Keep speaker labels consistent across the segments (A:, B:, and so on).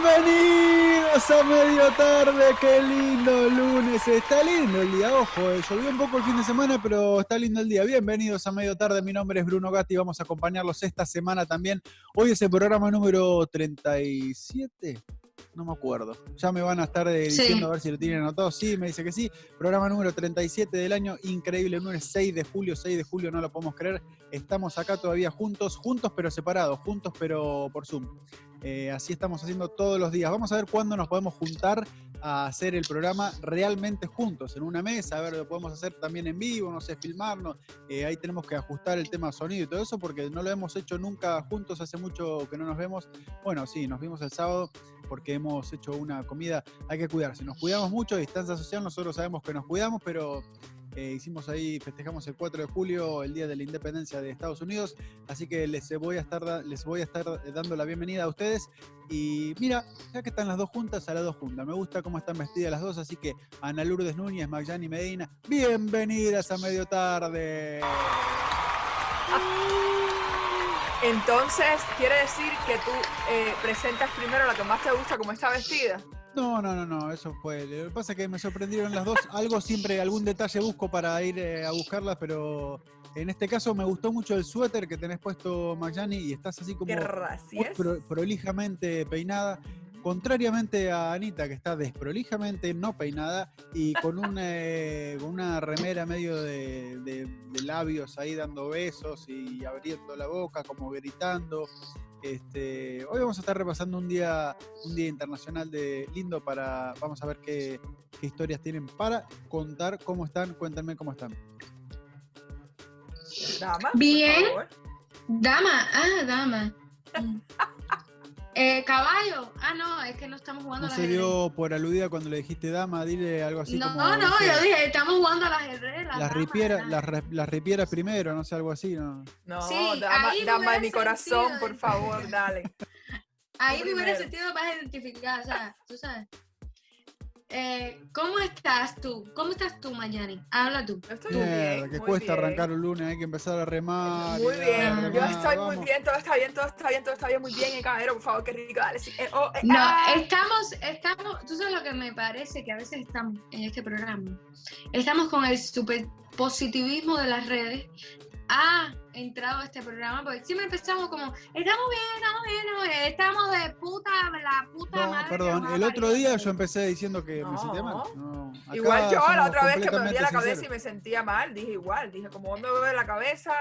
A: Bienvenidos a medio tarde, qué lindo lunes, está lindo el día, ojo, eh, llovió un poco el fin de semana, pero está lindo el día. Bienvenidos a medio tarde, mi nombre es Bruno Gatti, vamos a acompañarlos esta semana también. Hoy es el programa número 37, no me acuerdo, ya me van a estar eh,
B: Sí.
A: diciendo a ver si lo tienen anotado, sí, me dice que sí. Programa número 37 del año, increíble, lunes 6 de julio, 6 de julio, no lo podemos creer, estamos acá todavía juntos, juntos pero separados, juntos pero por Zoom. Eh, así estamos haciendo todos los días. Vamos a ver cuándo nos podemos juntar a hacer el programa realmente juntos, en una mesa, a ver, lo podemos hacer también en vivo, no sé, filmarnos. Eh, ahí tenemos que ajustar el tema sonido y todo eso porque no lo hemos hecho nunca juntos, hace mucho que no nos vemos. Bueno, sí, nos vimos el sábado porque hemos hecho una comida. Hay que cuidarse, nos cuidamos mucho, distancia social, nosotros sabemos que nos cuidamos, pero... eh, hicimos ahí, festejamos el 4 de julio, el Día de la Independencia de Estados Unidos, así que les eh, voy a estar, da- les voy a estar dando la bienvenida a ustedes y mira, ya que están las dos juntas, a las dos juntas. Me gusta cómo están vestidas las dos, así que Ana Lourdes Núñez, Magyani Medina, bienvenidas a Medio Tarde.
C: Entonces, quiere decir que tú eh, presentas primero la que más te gusta, como está vestida.
A: No, no, no, no, eso fue. Lo que pasa es que me sorprendieron las dos. Algo siempre, algún detalle busco para ir eh, a buscarlas, pero en este caso me gustó mucho el suéter que tenés puesto, Magyani, y estás así como
C: Qué
A: muy
C: racias.
A: pro- prolijamente peinada. Contrariamente a Anita, que está desprolijamente no peinada y con una, eh, con una remera medio de, de- de labios ahí dando besos y abriendo la boca, como gritando. Este, hoy vamos a estar repasando un día, un día internacional de lindo para. Vamos a ver qué, qué historias tienen para contar cómo están. Cuéntame cómo están.
C: Dama. por
B: Bien.
C: favor.
B: Dama, ah, dama. Eh, caballo, ah, no, es que no estamos jugando
A: No
B: a las
A: se dio por aludida cuando le dijiste dama, dile algo así
B: No,
A: como.
B: no, no,
A: sé,
B: yo dije, estamos jugando a las herreras.
A: Las ripieras, las, re- las ripieras primero, no sé, algo así, ¿no?
C: No,
B: Sí,
C: dama,
B: ahí
C: dama de
B: hubiera
C: mi corazón,
B: sentido.
C: por favor, dale.
B: Ahí me hubiera
C: primero.
B: sentido más identificada, o sea, tú sabes. Eh, ¿Cómo estás tú? ¿Cómo estás tú, Mayani? Habla tú.
C: Yo estoy muy
A: Mierda,
C: bien,
A: que
C: muy
A: cuesta
C: bien.
A: arrancar un lunes, hay que empezar a remar. y
C: Muy
A: dar,
C: bien, yo
A: remar,
C: estoy muy
A: vamos.
C: bien, todo está bien, todo está bien, todo está bien, muy bien, eh, caballero, por favor, qué rico, dale. sí, eh, oh, eh,
B: No,
C: ah.
B: estamos, estamos, tú sabes lo que me parece que a veces estamos en este programa. Estamos con el superpositivismo de las redes. Ha entrado a este programa porque siempre empezamos como, estamos bien, estamos bien, estamos bien, estamos de puta, la puta
A: No,
B: madre. que
A: perdón,
B: nos ha
A: el otro
B: parido".
A: día yo empecé diciendo que me
C: No.
A: sentía mal. No, acá
C: Igual yo, la
A: somos
C: otra vez que me dolía la
A: completamente
C: cabeza y
A: sinceros.
C: me sentía mal, dije igual, dije, como me duele la cabeza,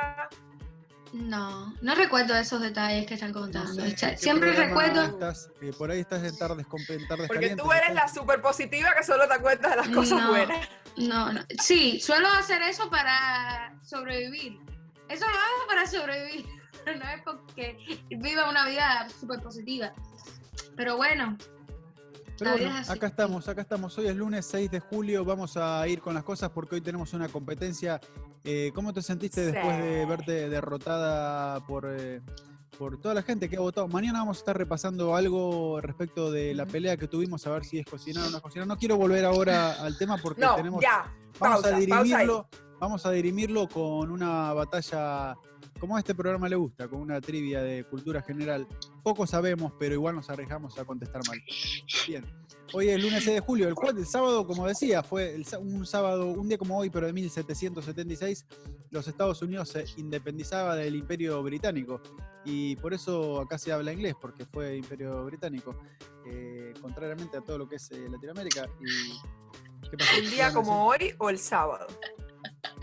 B: No, no recuerdo esos detalles que están contando.
A: No sé
B: Está-
A: en qué
B: siempre
A: programa
B: recuerdo.
A: estás, eh, por ahí estás en tardes, con- en tardes
C: porque
A: calientes,
C: tú eres la
A: entonces-
C: super positiva que solo te acuerdas de las cosas
B: No.
C: buenas.
B: No, no, sí, suelo hacer eso para sobrevivir. Eso lo hago para sobrevivir. No es porque viva una vida súper positiva. Pero bueno,
A: Pero
B: La
A: bueno,
B: vida es así.
A: acá estamos, acá estamos. Hoy es lunes 6 de julio, vamos a ir con las cosas porque hoy tenemos una competencia. Eh, ¿Cómo te sentiste
C: Sí.
A: después de verte derrotada por, eh, por toda la gente que ha votado? Mañana vamos a estar repasando algo respecto de la
C: Ujú.
A: pelea que tuvimos, a ver si es cocinar o no es cocinar. No quiero volver ahora al tema porque
C: No,
A: tenemos...
C: ya,
A: Vamos
C: pausa,
A: a
C: pausa ahí.
A: dirimirlo, vamos a dirimirlo con una batalla como a este programa le gusta, con una trivia de cultura general. Poco sabemos, pero igual nos arriesgamos a contestar mal. Bien. Hoy es el lunes 6 de julio, el cual el sábado, como decía, fue el sa- un sábado, un día como hoy, pero de 1776, los Estados Unidos se independizaba del Imperio Británico. Y por eso acá se habla inglés, porque fue Imperio Británico, eh, contrariamente a todo lo que es eh, Latinoamérica. Y, ¿qué pasó?
C: Un
A: ¿Qué van
C: día
A: a decir?
C: como hoy o el sábado.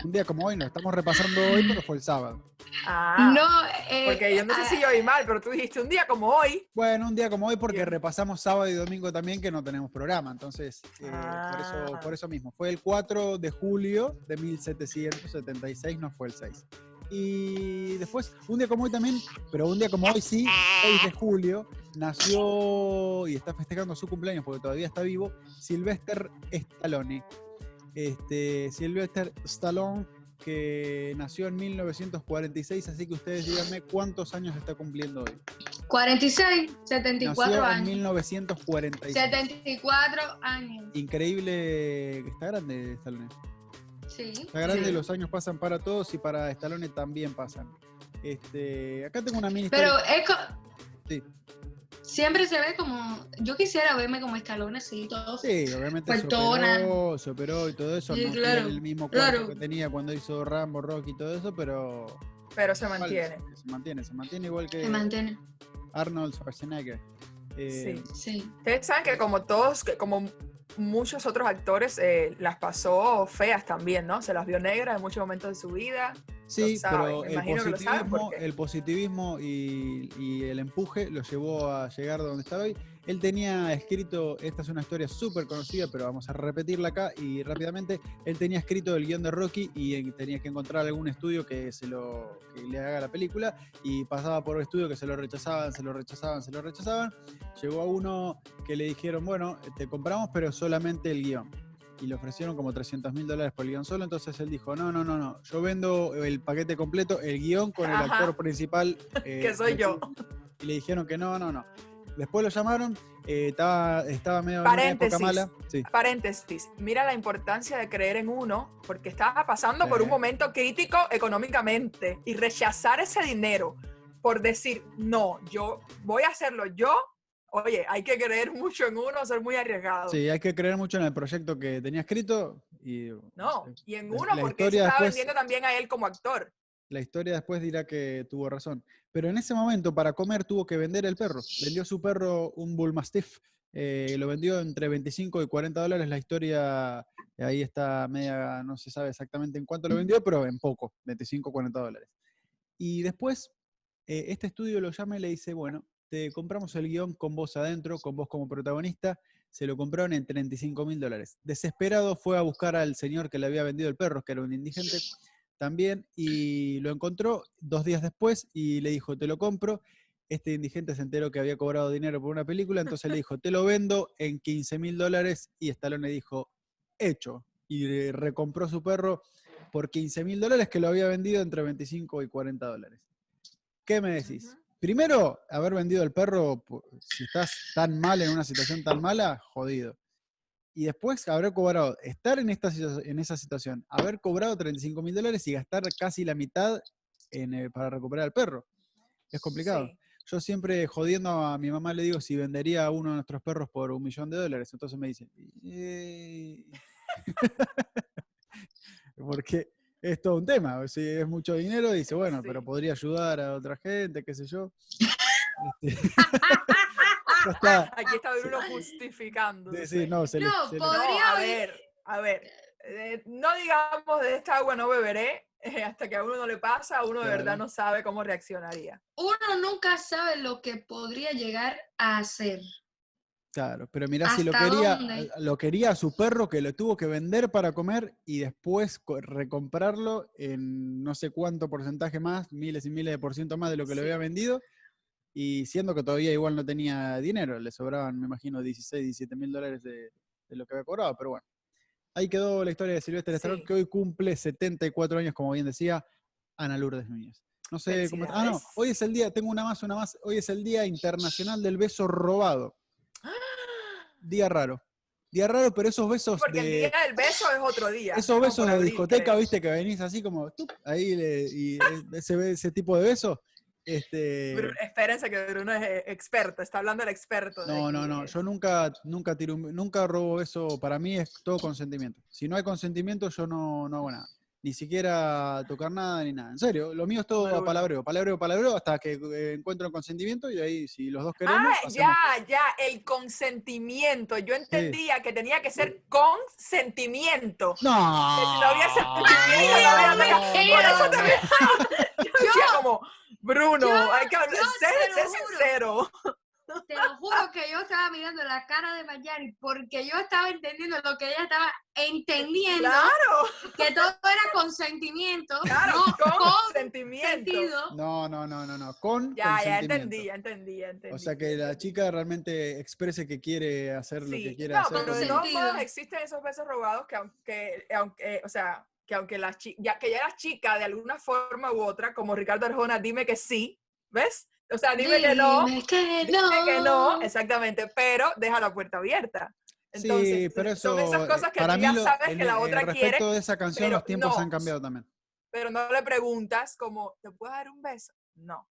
A: Un día como hoy, no estamos repasando hoy, pero fue el sábado.
C: Ah,
B: no. eh,
C: porque yo no sé
B: ah,
C: si yo oí mal, pero tú dijiste un día como hoy.
A: Bueno, un día como hoy porque
C: Bien.
A: repasamos sábado y domingo también que no tenemos programa, entonces eh, por,
C: Ah.
A: eso, por eso mismo. Fue el 4 de julio de 1776, no fue el 6. Y después, un día como hoy también, pero un día como hoy sí, 6 de julio, nació y está festejando su cumpleaños porque todavía está vivo, Sylvester Stallone. Este, Sylvester Stallone, que nació en 1946, así que ustedes díganme cuántos años está cumpliendo hoy.
B: ah, 46, 74
A: Nació en
B: años.
A: 1946.
B: 74 años.
A: Increíble que está grande Stallone.
B: Sí.
A: Está grande,
C: Sí.
A: los años pasan para todos y para Stallone también pasan. Este, acá tengo una mini
B: Pero
A: historia.
B: es co-
A: Sí.
B: siempre se ve como. Yo quisiera verme como escalones así, todo.
A: Sí, obviamente
B: Cuartona.
A: se operó, se operó y todo eso.
B: Sí,
A: no tiene
B: claro,
A: el mismo cuerpo
B: claro.
A: que tenía cuando hizo Rambo, Rocky y todo eso, pero.
C: pero se
A: igual,
C: mantiene.
A: Se mantiene, se mantiene igual que
B: Se mantiene.
A: Arnold Schwarzenegger. Eh,
C: Sí.
B: Sí.
C: Ustedes saben que como todos, que como muchos otros actores, eh, las pasó feas también, ¿no? Se las vio negras en muchos momentos de su vida.
A: Sí,
C: Lo saben,
A: pero
C: me
A: el
C: imagino que lo saben
A: positivismo,
C: porque-
A: el positivismo y, y el empuje lo llevó a llegar de donde está hoy. Él tenía escrito, esta es una historia súper conocida, pero vamos a repetirla acá y rápidamente, él tenía escrito el guión de Rocky y en- tenía que encontrar algún estudio que se lo que le haga la película y pasaba por un estudio que se lo rechazaban, se lo rechazaban, se lo rechazaban. Llegó a uno que le dijeron, bueno, te compramos pero solamente el guión y le ofrecieron como 300 mil dólares por el guión solo, entonces él dijo, no, no, no, no, yo vendo el paquete completo, el guión con el
C: Ajá.
A: actor principal. eh,
C: Que soy
A: de-
C: yo.
A: Y le dijeron que no, no, no. Después lo llamaron, eh, estaba, estaba medio
C: Paréntesis.
A: en una época mala. Sí.
C: Paréntesis, mira la importancia de creer en uno, porque estaba pasando por
A: Sí.
C: un momento crítico económicamente y rechazar ese dinero por decir, no, yo voy a hacerlo yo. Oye, hay que creer mucho en uno, ser muy arriesgado.
A: Sí, hay que creer mucho en el proyecto que tenía escrito y
C: No,
A: sí.
C: y en
A: La-
C: uno,
A: la
C: porque él se
A: historia
C: estaba
A: después-
C: vendiendo también a él como actor.
A: la historia después dirá que tuvo razón. Pero en ese momento, para comer, tuvo que vender el perro. Vendió su perro un Bull Mastiff. eh, lo vendió entre 25 y 40 dólares. La historia ahí está media, no se sabe exactamente en cuánto lo vendió, pero en poco, 25 o 40 dólares. Y después, eh, este estudio lo llama y le dice, bueno, te compramos el guión con vos adentro, con vos como protagonista. Se lo compraron en 35 mil dólares. Desesperado fue a buscar al señor que le había vendido el perro, que era un indigente también, y lo encontró dos días después y le dijo, te lo compro. Este indigente se enteró que había cobrado dinero por una película, entonces le dijo, te lo vendo en 15 mil dólares y Stallone dijo, hecho. Y le recompró su perro por 15 mil dólares que lo había vendido entre 25 y 40 dólares. ¿Qué me decís?
C: Ujú.
A: Primero, haber vendido el perro, pu- si estás tan mal en una situación tan mala, jodido. Y después haber cobrado, estar en, esta, situa- en esa situación, haber cobrado 35 mil dólares y gastar casi la mitad en, eh, para recuperar al perro. Es complicado.
C: Sí.
A: Yo siempre jodiendo a mi mamá le digo si vendería a uno de nuestros perros por un millón de dólares. Entonces me dice, "Eh". porque es todo un tema. o Si es mucho dinero, dice, bueno, pero
C: Sí.
A: podría ayudar a otra gente, qué sé yo. Este, ya está.
C: Aquí está Bruno justificando.
A: Sí, sí, no, se le-
B: No,
A: se le-
B: por- Podría
C: a
B: haber-
C: ver, a ver. eh, no digamos de esta agua no beberé eh, hasta que a uno no le pasa, uno de
A: Claro.
C: verdad no sabe cómo reaccionaría.
B: Uno nunca sabe lo que podría llegar a hacer.
A: Claro, pero mirá, si lo
B: ¿Hasta
A: quería,
B: dónde?
A: lo quería a su perro que lo tuvo que vender para comer y después co- recomprarlo en no sé cuánto porcentaje más, miles y miles de por ciento más de lo que lo
C: Sí.
A: había vendido. Y siendo que todavía igual no tenía dinero, le sobraban, me imagino, 16, 17 mil dólares de, de lo que había cobrado, pero bueno. Ahí quedó la historia de Silvestre Stallone,
C: Sí.
A: que hoy cumple 74 años, como bien decía Ana Lourdes Núñez. No sé cómo. Ah, no,
C: Felicidades.
A: hoy es el día, tengo una más, una más. Hoy es el Día Internacional del Beso Robado. Día raro. Día raro, pero esos besos
C: Porque el
A: de.
C: día del beso es otro día.
A: Esos
C: como
A: besos
C: por
A: de
C: abril,
A: discoteca,
C: creo.
A: viste, que venís así como. tup, ahí le- y eh, ese, be- ese tipo de besos. Este.
C: Bru- espérense que Bruno es eh, experto, está hablando el experto. de
A: No, no,
C: aquí,
A: no.
C: eh.
A: Yo nunca, nunca tiro un- nunca robo beso. Para mí es todo consentimiento. Si no hay consentimiento, yo no, no hago nada. Ni siquiera tocar nada ni nada. En serio, lo mío es todo
C: Bruno.
A: a palabreo, palabreo, palabreo, hasta que eh, encuentro el consentimiento y ahí, si los dos queremos.
C: Ah,
A: hacemos
C: ya,
A: cosas.
C: ya, el consentimiento. Yo entendía que tenía que ser consentimiento.
A: No.
C: Si lo hubiese sentimiento, lo hubiera pedido. Por eso también yo decía como, Bruno,
B: yo-
C: hay que hablar,
B: yo
C: ser,
B: te lo
C: ser
B: juro.
C: sincero.
B: Te lo juro que yo estaba mirando la cara de Mayari porque yo estaba entendiendo lo que ella estaba entendiendo,
C: Claro,
B: que todo era consentimiento,
C: claro,
B: no con
C: consentimiento.
B: sentido.
A: No, no, no, no, no. Con
C: Ya, ya
A: consentimiento.
C: entendí, ya entendí, ya entendí.
A: O sea, que la chica realmente exprese que quiere hacer lo que
C: Sí,
A: quiere
C: no,
A: hacer.
C: pero de
A: con-
B: no-
C: todos modos
B: Sentido.
C: existen esos besos robados que aunque, aunque o sea, que aunque la chica, ya que ya era chica de alguna forma u otra, como Ricardo Arjona, dime que sí, ¿ves? O sea, dime, que no, dime
B: Dime que no.
C: que no, exactamente, pero deja la puerta abierta.
A: Sí,
C: Entonces,
A: pero eso. eh,
C: son esas cosas que
A: para
C: tú
A: mí
C: ya
A: lo-
C: sabes
A: en-
C: que la
A: en
C: otra quiere,
A: Respecto de esa canción,
C: pero
A: los tiempos
C: no.
A: han cambiado también.
C: pero no le preguntas como, ¿te puedo dar un beso? No.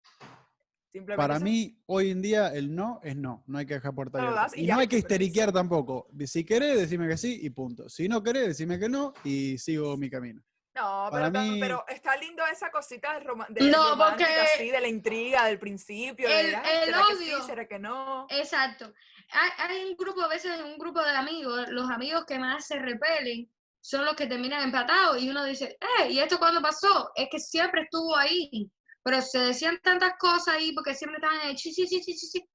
C: Simplemente
A: Para
C: se-
A: mí, hoy en día, el no es no. No hay que dejar puerta
C: No lo
A: abierta.
C: das y
A: Y
C: ya,
A: no hay que
C: pero sí.
A: histeriquear tampoco. Si querés, decime que sí y punto. Si no querés, decime que no y sigo mi camino.
C: No,
A: para
C: pero, tam-
A: mí-
C: pero está lindo esa cosita de, roma- de
B: No,
C: romántica,
B: porque-
C: así, de la intriga, del principio. de,
B: El-
C: "Ay,
B: el
C: ¿será que sí?
B: odio".
C: ¿Será que no?
B: Exacto. Hay, hay un grupo, a veces un grupo de amigos, los amigos que más se repelen son los que terminan empatados y uno dice, eh, ¿y esto cuándo pasó? Es que siempre estuvo ahí, pero se decían tantas cosas ahí porque siempre estaban ahí, sí, sí, sí, sí, sí, sí.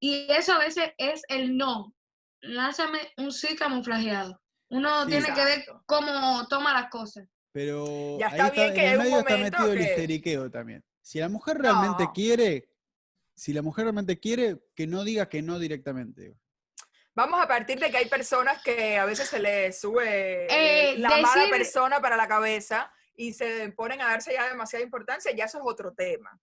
B: Y eso a veces es el no. Lánzame un sí camuflajeado. Uno
A: Sí.
B: tiene que ver
C: Exacto.
B: cómo toma las cosas.
A: Pero
C: Ya
A: ahí
C: está bien que
A: en
C: hay
A: el
C: un
A: medio está
C: momento
A: metido el
C: que-
A: histeriqueo también. Si la mujer realmente
C: No.
A: quiere, si la mujer realmente quiere, que no diga que no directamente.
C: Vamos a partir de que hay personas que a veces se les sube
B: Eh,
C: la mala
B: decir-
C: persona para la cabeza y se ponen a darse ya demasiada importancia, ya eso es otro tema.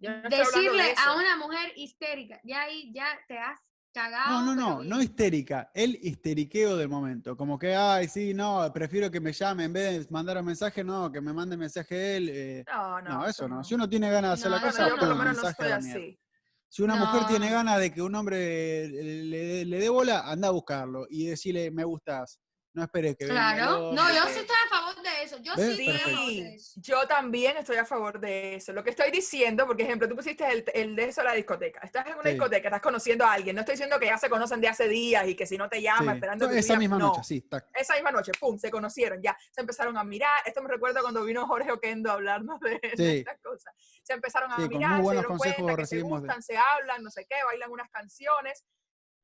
C: Yo no estoy hablando de
B: Decirle
C: eso.
B: a una mujer histérica, ya ahí ya te has cagado.
A: No,
C: Ah,
A: no,
B: pero
A: no, no
B: bien.
A: histérica, el histeriqueo del momento. Como que, ay, sí, no, prefiero que me llame en vez de mandar un mensaje, no, que me mande mensaje él. eh,
C: No,
A: no,
C: no.
A: eso no. Si uno tiene ganas de hacer
B: No,
A: la
B: eso
A: cosa,
C: Bueno, yo por
A: pum,
C: lo menos no
A: mensaje
C: estoy
A: a Daniel.
C: así.
A: Si una mujer tiene
B: No.
A: ganas de que un hombre le, le dé bola, anda a buscarlo y decirle, me gustas. No esperes que venga el
B: Claro.
A: otro.
B: No, yo
C: que-
B: sí estoy a favor de eso. Yo
A: ¿Ves?
B: sí estoy a favor de
C: Sí,
B: eso.
C: yo también estoy a favor de eso. Lo que estoy diciendo, por ejemplo, tú pusiste el, el de eso a la discoteca. Estás en una
A: Sí.
C: discoteca, estás conociendo a alguien. No estoy diciendo que ya se conocen de hace días y que si no te llama,
A: Sí.
C: esperando
A: No,
C: que tú
A: Esa
C: llames,
A: misma
C: no.
A: noche, sí, tac.
C: Esa misma noche, pum, se conocieron, ya, se empezaron a mirar. Esto me recuerda cuando vino Jorge Oquendo a hablarnos de, de
A: Sí.
C: estas cosas. Se empezaron a
A: Sí, con muy
C: mirar, se
A: buenos
C: dieron
A: consejos
C: cuenta que se
A: recibimos de-
C: gustan, se hablan, no sé qué, bailan unas canciones.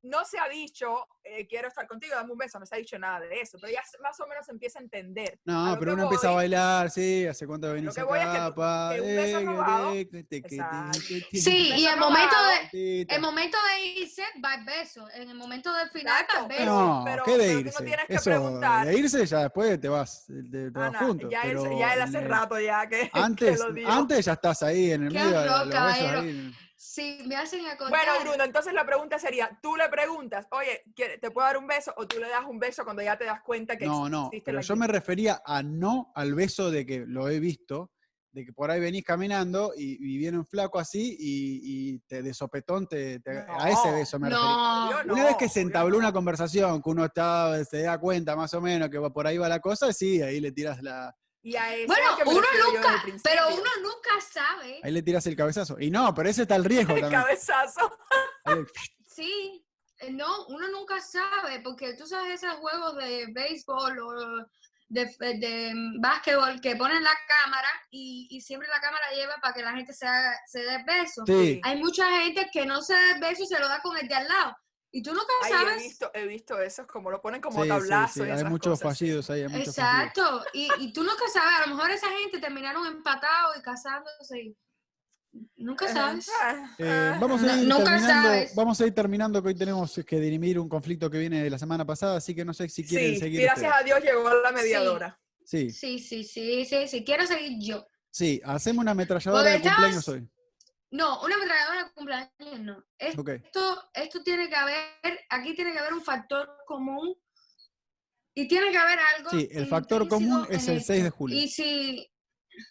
C: No se ha dicho, eh, quiero estar contigo, dame un beso, no se ha dicho nada de eso, pero ya se- más o menos se empieza a entender.
A: No,
C: lo
A: pero
C: que
A: uno empieza a
C: voy-
A: bailar, sí, hace cuánto venís
C: que voy es que
A: acá,
C: tú-
A: pa,
C: que un beso
A: eh,
C: robado-
A: eh, que te- que te-
C: Exacto.
A: que te-
B: Sí, y
C: Beso
B: el momento
C: robado.
B: de.
A: Sí,
B: El
A: tac.
B: momento de irse va el beso. En el momento del final va
C: Exacto,
B: el beso.
C: pero-
A: No,
C: pero-
A: ¿qué de
C: pero tú no
A: irse?
C: tienes que
A: Eso,
C: preguntar.
A: de irse ya después te vas, te, te vas
C: Ana,
A: juntos.
C: Ah, ya, él,
A: pero
C: ya él
A: en
C: hace
A: el-
C: rato ya que, que
A: Antes,
C: lo dijo.
A: antes ya estás ahí en el
B: Qué eh.
A: medio de los
B: loca,
A: besos
B: Ero.
A: ahí.
B: Si me hacen acordar.
C: Bueno, Bruno, entonces la pregunta sería, tú le preguntas, oye, ¿quiere- ¿te puedo dar un beso? O tú le das un beso cuando ya te das cuenta que
A: No, no,
C: existe
A: pero
C: la
A: yo me refería a no al beso de que lo he visto, de que por ahí venís caminando y, y viene un flaco así y, y te, de sopetón te, te- a ese
C: No,
A: beso me refería.
B: no.
C: Yo
A: Una vez que se
C: obvio
A: entabló
C: no.
A: una conversación, que uno está, se da cuenta más o menos que va- por ahí va la cosa, sí, ahí le tiras la,
C: Y a eso
B: Bueno,
C: es que me
B: uno
C: refiero yo desde el
B: nunca.
C: principio.
B: Pero uno nunca sabe.
A: ahí le tiras el cabezazo. Y no, pero ese está el riesgo
C: El
A: también.
C: cabezazo.
A: Ahí le-
B: Sí. eh, No, uno nunca sabe. Porque tú sabes esos juegos de béisbol o de, de, mm, básquetbol que ponen la cámara y, y siempre la cámara lleva para que la gente se, haga- se dé besos.
A: Sí.
B: Hay mucha gente que no se da el beso y se lo da con el de al lado. Y tú nunca
C: Ay, he
B: sabes.
C: visto, he visto esos como lo ponen como
A: Sí, sí,
C: tablazo
A: sí,
C: y
A: Hay
C: esas
A: muchos
C: cosas, sí.
A: fallidos ahí, hay muchos fallidos.
B: Exacto. Y, y tú nunca sabes. A lo mejor esa gente terminaron empatados y casándose. y- Nunca sabes.
C: Ah,
A: Eh,
C: ah,
A: vamos,
B: No,
A: a ir
B: nunca
A: terminando,
B: sabes.
A: vamos a ir terminando que hoy tenemos que dirimir un conflicto que viene de la semana pasada, así que no sé si quieren
C: Sí,
A: seguir.
C: gracias
A: ustedes.
C: a Dios llegó la mediadora.
A: Sí,
B: Sí, sí, sí, sí, sí. Quiero seguir yo.
A: sí, hacemos una ametralladora
B: Porque
A: de cumpleaños
B: estabas-
A: hoy.
B: No, una ametralladora de cumpleaños no. Es-
A: Ok.
B: Esto, esto tiene que haber, aquí tiene que haber un factor común y tiene que haber algo.
A: Sí, el factor
B: intrínseco
A: común es
B: en
A: el 6 de
B: esto.
A: julio.
B: Y si.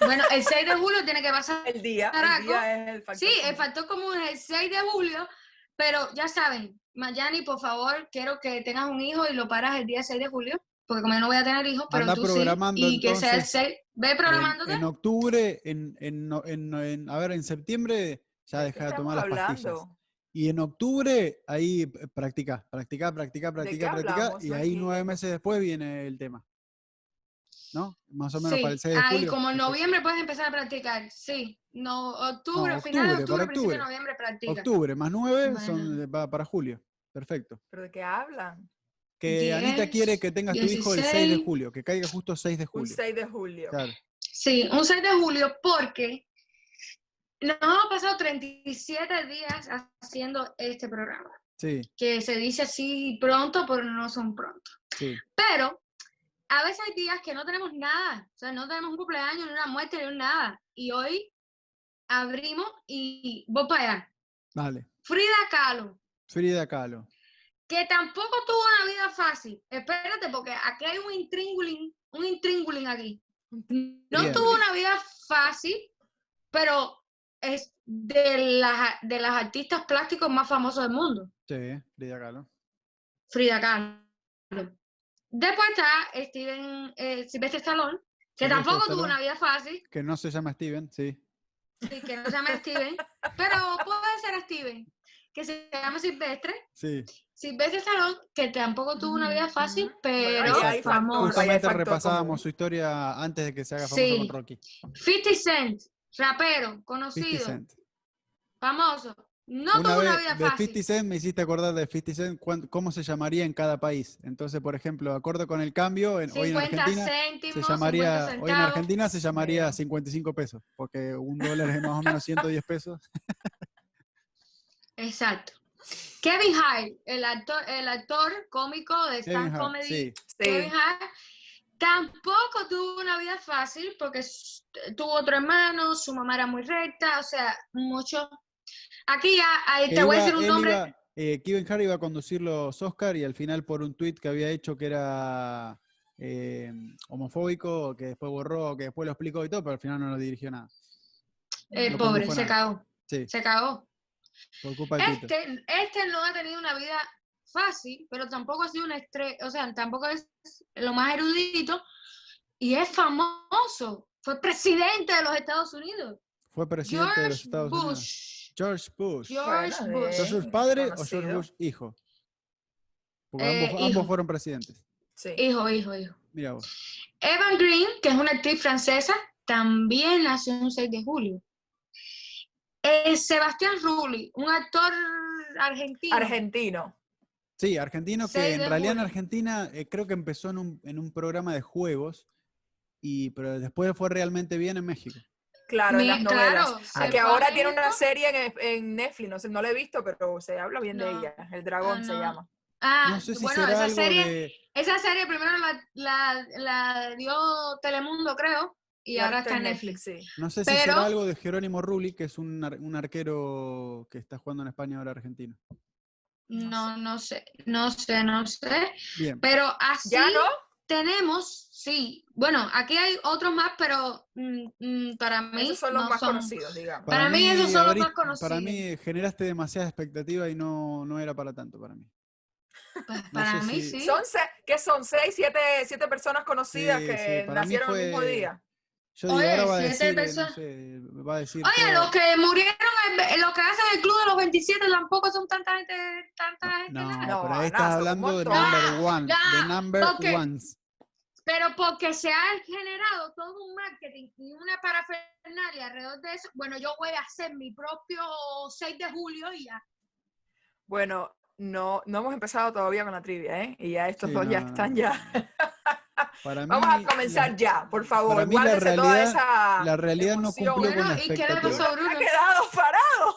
B: Bueno, el 6 de julio tiene que pasar
C: El día, el
B: Caraco.
C: día es el factor.
B: Sí, el
C: común.
B: factor común es el 6 de julio, pero ya saben, Mayani, por favor, quiero que tengas un hijo y lo paras el día 6 de julio, porque como yo no voy a tener hijos, pero
A: Anda
B: tú sí,
A: programando,
B: y que sea el
A: entonces,
B: 6, ve
A: En,
B: programándote.
A: en octubre, en, en no- en- en- a ver, en septiembre ya
C: ¿Qué
A: deja de
C: estamos
A: tomar las pastillas.
C: hablando?
A: Y en octubre ahí eh, practica, practica, practica,
C: ¿De qué
A: practica, practica.
C: hablamos?
A: Y
C: No
A: ahí
C: entiendo.
A: nueve meses después viene el tema. ¿No? Más o menos
B: sí,
A: para el 6 de
B: ahí
A: julio.
B: como en
A: después.
B: noviembre puedes empezar a practicar, sí, no, octubre,
A: No,
B: final de
A: octubre, para
B: octubre, principio de
A: octubre.
B: noviembre practica.
A: Octubre más nueve son
B: Bueno.
A: de- pa- para julio. Perfecto.
C: ¿Pero de qué hablan?
A: Que Anita quiere
B: 10,
A: que tengas tu hijo el 6 de
B: 16.
A: julio, que caiga justo 6 de
C: Un
A: julio.
C: 6 de julio.
A: Claro.
B: Sí, un 6 de julio porque nos hemos pasado 37 días haciendo este programa,
A: Sí,
B: que se dice así pronto, pero no son pronto.
A: sí.
B: Pero a veces hay días que no tenemos nada, o sea, no tenemos un cumpleaños, ni una muerte, ni un nada. Y hoy abrimos y voy para allá.
A: Vale.
B: Frida Kahlo,
A: Frida Kahlo.
B: que tampoco tuvo una vida fácil. Espérate, porque aquí hay un intrínguling, un intrínguling aquí. No
A: Bien.
B: tuvo una vida fácil, pero es de las, de las artistas plásticos más famosos del mundo.
A: Sí, Frida Kahlo.
B: Frida Kahlo. Después está Steven, eh, Sylvester Stallone, que
A: Sylvester
B: tampoco tuvo
A: Stallone.
B: una vida fácil,
A: Que no se llama Steven, sí.
B: sí, que no se llama Steven, pero puede ser Steven, que se llama Silvestre.
A: Sí.
B: Silvestre Stallone, que tampoco tuvo una vida fácil,
C: Ujú.
B: pero
C: ahí hay
B: famoso.
C: factor.
A: Justamente
C: factor común.
A: repasábamos su historia antes de que se haga famoso
B: Sí.
A: con Rocky.
B: 50 Cent, rapero,
A: 50
B: conocido,
A: Cent.
B: famoso. No
A: una
B: tuvo
A: vez
B: una vida
A: de
B: fácil.
A: 50 Cent me hiciste acordar de 50 Cent cuán- cómo se llamaría en cada país. Entonces, por ejemplo, acorde con el cambio, en- hoy en
B: 50
A: Argentina se
B: céntimos,
A: llamaría,
B: 50
A: hoy en
B: centavos.
A: Argentina se llamaría 55 pesos, porque un dólar es más o menos 110 pesos.
B: Exacto. Kevin Hart, el actor, el actor cómico
A: Kevin
B: de stand
A: Hart,
B: comedy, Este
A: sí.
B: Kevin
C: Sí.
B: Hart, tampoco tuvo una vida fácil porque s- tuvo otro hermano, su mamá era muy recta, o sea, mucho. Aquí ya, ahí
A: Que
B: te voy a
A: iba-
B: decir un
A: él
B: nombre.
A: iba- eh, Kevin Hart iba a conducir los Oscar y al final por un tuit que había hecho que era eh, homofóbico, que después borró, que después lo explicó y todo, pero al final no lo dirigió nada.
B: el
A: no
B: eh, pobre,
A: condujo
B: se
A: nada.
B: cagó,
A: Sí,
B: se cagó.
A: por culpa del tuit.
B: Este, este no ha tenido una vida fácil, pero tampoco ha sido un estrés, o sea, tampoco es lo más erudito y es famoso. Fue presidente de los Estados Unidos.
A: Fue presidente de los
B: George
A: Estados Unidos.
B: Bush.
A: George Bush.
B: George
C: Bueno,
B: Bush.
C: bien.
A: ¿George Bush padre o George
C: conocido.
A: Bush hijo? Porque
B: Eh,
A: ambos, ambos
B: hijo.
A: fueron presidentes.
C: Sí.
B: Hijo, hijo, hijo.
A: Mira vos.
B: Evan Green, que es una actriz francesa, también nació un 6 de julio. Eh, Sebastián Rulli, un actor argentino.
C: Argentino.
A: Sí, argentino que
B: Seis
A: en
B: de
A: realidad en
B: julio.
A: Argentina eh, creo que empezó en un, en un programa de juegos, y, pero después le fue realmente bien en México.
C: Claro, en
B: Mi-
C: las
B: claro,
C: novelas.
B: se
C: Ah, que
B: fue a
C: ahora tiene una
B: México.
C: serie en, en Netflix, no, sé, no la he visto, pero se habla bien de
B: No.
C: ella. El dragón se
B: no.
C: llama.
B: Ah,
A: No sé si
B: bueno,
A: será
B: esa
A: algo
B: serie,
A: de...
B: esa serie primero la, la- la dio Telemundo, creo, y ahora está en Netflix.
C: sí.
A: No sé si
B: Pero-
A: será algo de Jerónimo Rulli, que es un, ar- un arquero que está jugando en España ahora argentino.
B: No, no sé, no sé, no sé.
A: Bien.
B: Pero así
C: ¿Ya no?
B: tenemos, sí. Bueno, aquí hay otros más, pero mm, mm, para mí
C: Esos son los
B: no
C: más
B: son-
C: conocidos, digamos.
B: Para mí esos son los
A: abrí-
B: más conocidos.
A: Para mí generaste demasiada expectativa y no, no era para tanto para mí.
B: Pues
A: No
B: para
A: sé
B: mí
A: si-
B: sí.
C: Son se- ¿Qué son? ¿Seis, siete, siete personas conocidas
A: Sí,
C: que
A: sí, para mí
C: nacieron el mismo
A: fue-
C: día?
A: Yo digo,
B: Oye,
A: ahora va a
B: si
A: decir,
B: esa
A: eh, no
B: persona-
A: sé, va a decir
B: Oye,
A: todo.
B: los que murieron, en- en los que hacen el club de los 27 tampoco son tanta gente, tanta gente.
A: No,
B: nada.
C: No,
A: pero ahí
C: no,
A: estás
C: son un
A: hablando de
C: montón.
A: number one, de
B: Ya,
A: number
B: ok.
A: ones.
B: Pero porque se ha generado todo un marketing y una parafernalia alrededor de eso, bueno, yo voy a hacer mi propio 6 de julio y ya.
C: Bueno, no, no hemos empezado todavía con la trivia, ¿eh? Y ya estos
A: Sí,
C: dos ya
A: no, no,
C: están
A: no,
C: ya.
A: Para
C: Vamos
A: mí,
C: a comenzar ya, por favor.
A: para mí la
C: Guárdese toda
A: realidad-
C: esa.
A: La, la realidad no
C: emoción.
A: cumplió con la
B: Bueno, ¿y qué le pasó?
A: expectativa.
B: Sobre
C: ha
B: uno.
C: quedado parado.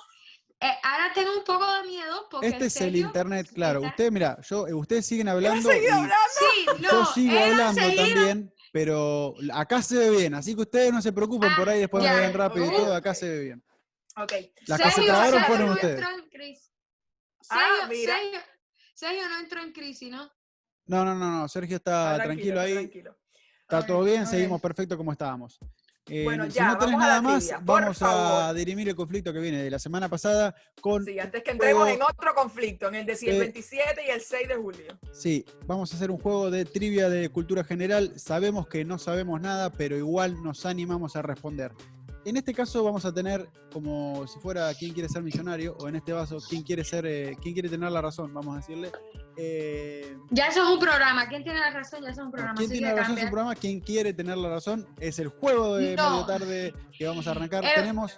B: Eh, ahora tengo un poco de miedo porque.
A: Este
B: en
A: es el
B: serio-
A: internet, claro.
B: está-
A: Ustedes, mira, yo, eh, ustedes siguen
C: Yo he
A: hablando y
C: seguido hablando.
B: Sí, no,
A: yo sigo
B: él ha
A: hablando
B: seguido-
A: también, pero acá se ve bien. Así que ustedes no se preocupen, por ahí después
B: Ah, ya,
A: me ven rápido y
C: ok.
A: todo, acá se ve bien.
C: Ok.
A: Las
B: Sergio-
A: cacetradoras
B: Sergio
A: fueron
B: no
A: ustedes.
B: entró en crisis.
C: Ah,
B: Sergio-
C: mira.
B: Sergio, Sergio no entró en crisis, ¿no?
A: No, no, no, no. Sergio está tranquilo, ahí,
C: Ah, tranquilo.
A: está
B: Ok,
A: todo bien,
B: ok.
A: seguimos perfecto como estábamos. Eh,
C: Bueno,
A: si
C: ya,
A: no tenés
C: vamos a
A: nada
C: la
A: más,
C: trivia, por
A: vamos a
C: favor.
A: dirimir el conflicto que viene de la semana pasada con
C: Sí, antes que entremos
A: Juego.
C: en otro conflicto, en el de si el
A: Eh.
C: 27 y el 6 de julio.
A: Sí, vamos a hacer un juego de trivia de cultura general. Sabemos que no sabemos nada, pero igual nos animamos a responder. En este caso vamos a tener como si fuera quién quiere ser millonario o en este vaso quién quiere ser, eh, quién quiere tener la razón, vamos a decirle. Eh,
B: Ya eso es un programa. ¿Quién tiene la razón? Ya eso es un programa.
A: ¿Quién
B: así
A: tiene
B: que
A: la razón? Es
B: cambia.
A: un programa. ¿Quién quiere tener la razón? Es el juego de
B: No.
A: medio tarde que vamos a arrancar.
B: Eh,
A: Tenemos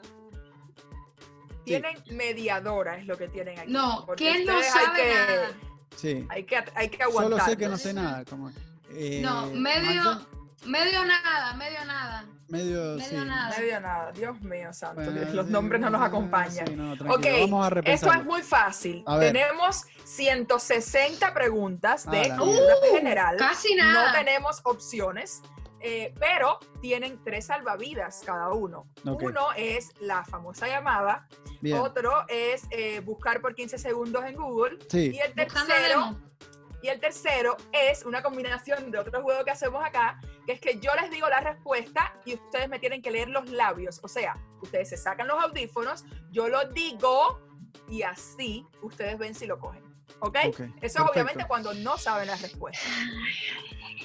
C: Tienen mediadora, es lo que tienen aquí.
B: No,
C: porque
B: ¿quién no
C: ustedes hay
B: sabe
C: que-
B: nada?
A: sí.
C: Hay que, hay que
A: Solo
C: aguantar.
A: sé que no sé nada. Como, eh,
B: No, medio-
A: Magda,
B: Medio nada, medio nada.
A: medio,
B: medio
A: Oh, sí.
B: nada.
C: Medio nada. Dios mío, santo.
A: Bueno,
C: Dios, los
A: sí,
C: nombres no nos
A: sí,
C: acompañan.
A: no,
C: Ok,
A: tranquilo, vamos a
C: Esto
A: repensarlo.
C: es muy fácil.
A: A ver.
C: Tenemos 160 preguntas de
A: Ah, la
C: cultura
B: mierda.
C: general.
B: Uh, Casi
C: No
B: nada.
C: tenemos opciones, eh, pero tienen tres salvavidas cada uno.
A: Ok.
C: Uno es la famosa llamada,
A: Bien,
C: otro es eh, buscar por 15 segundos en Google
A: sí.
C: y el
B: Buscando
C: tercero
B: demo.
C: Y el tercero es una combinación de otro juego que hacemos acá, que es que yo les digo la respuesta y ustedes me tienen que leer los labios. O sea, ustedes se sacan los audífonos, yo lo digo y así ustedes ven si lo cogen.
A: Ok,
C: ¿Ok? Eso
A: perfecto.
C: es obviamente cuando no saben las respuestas.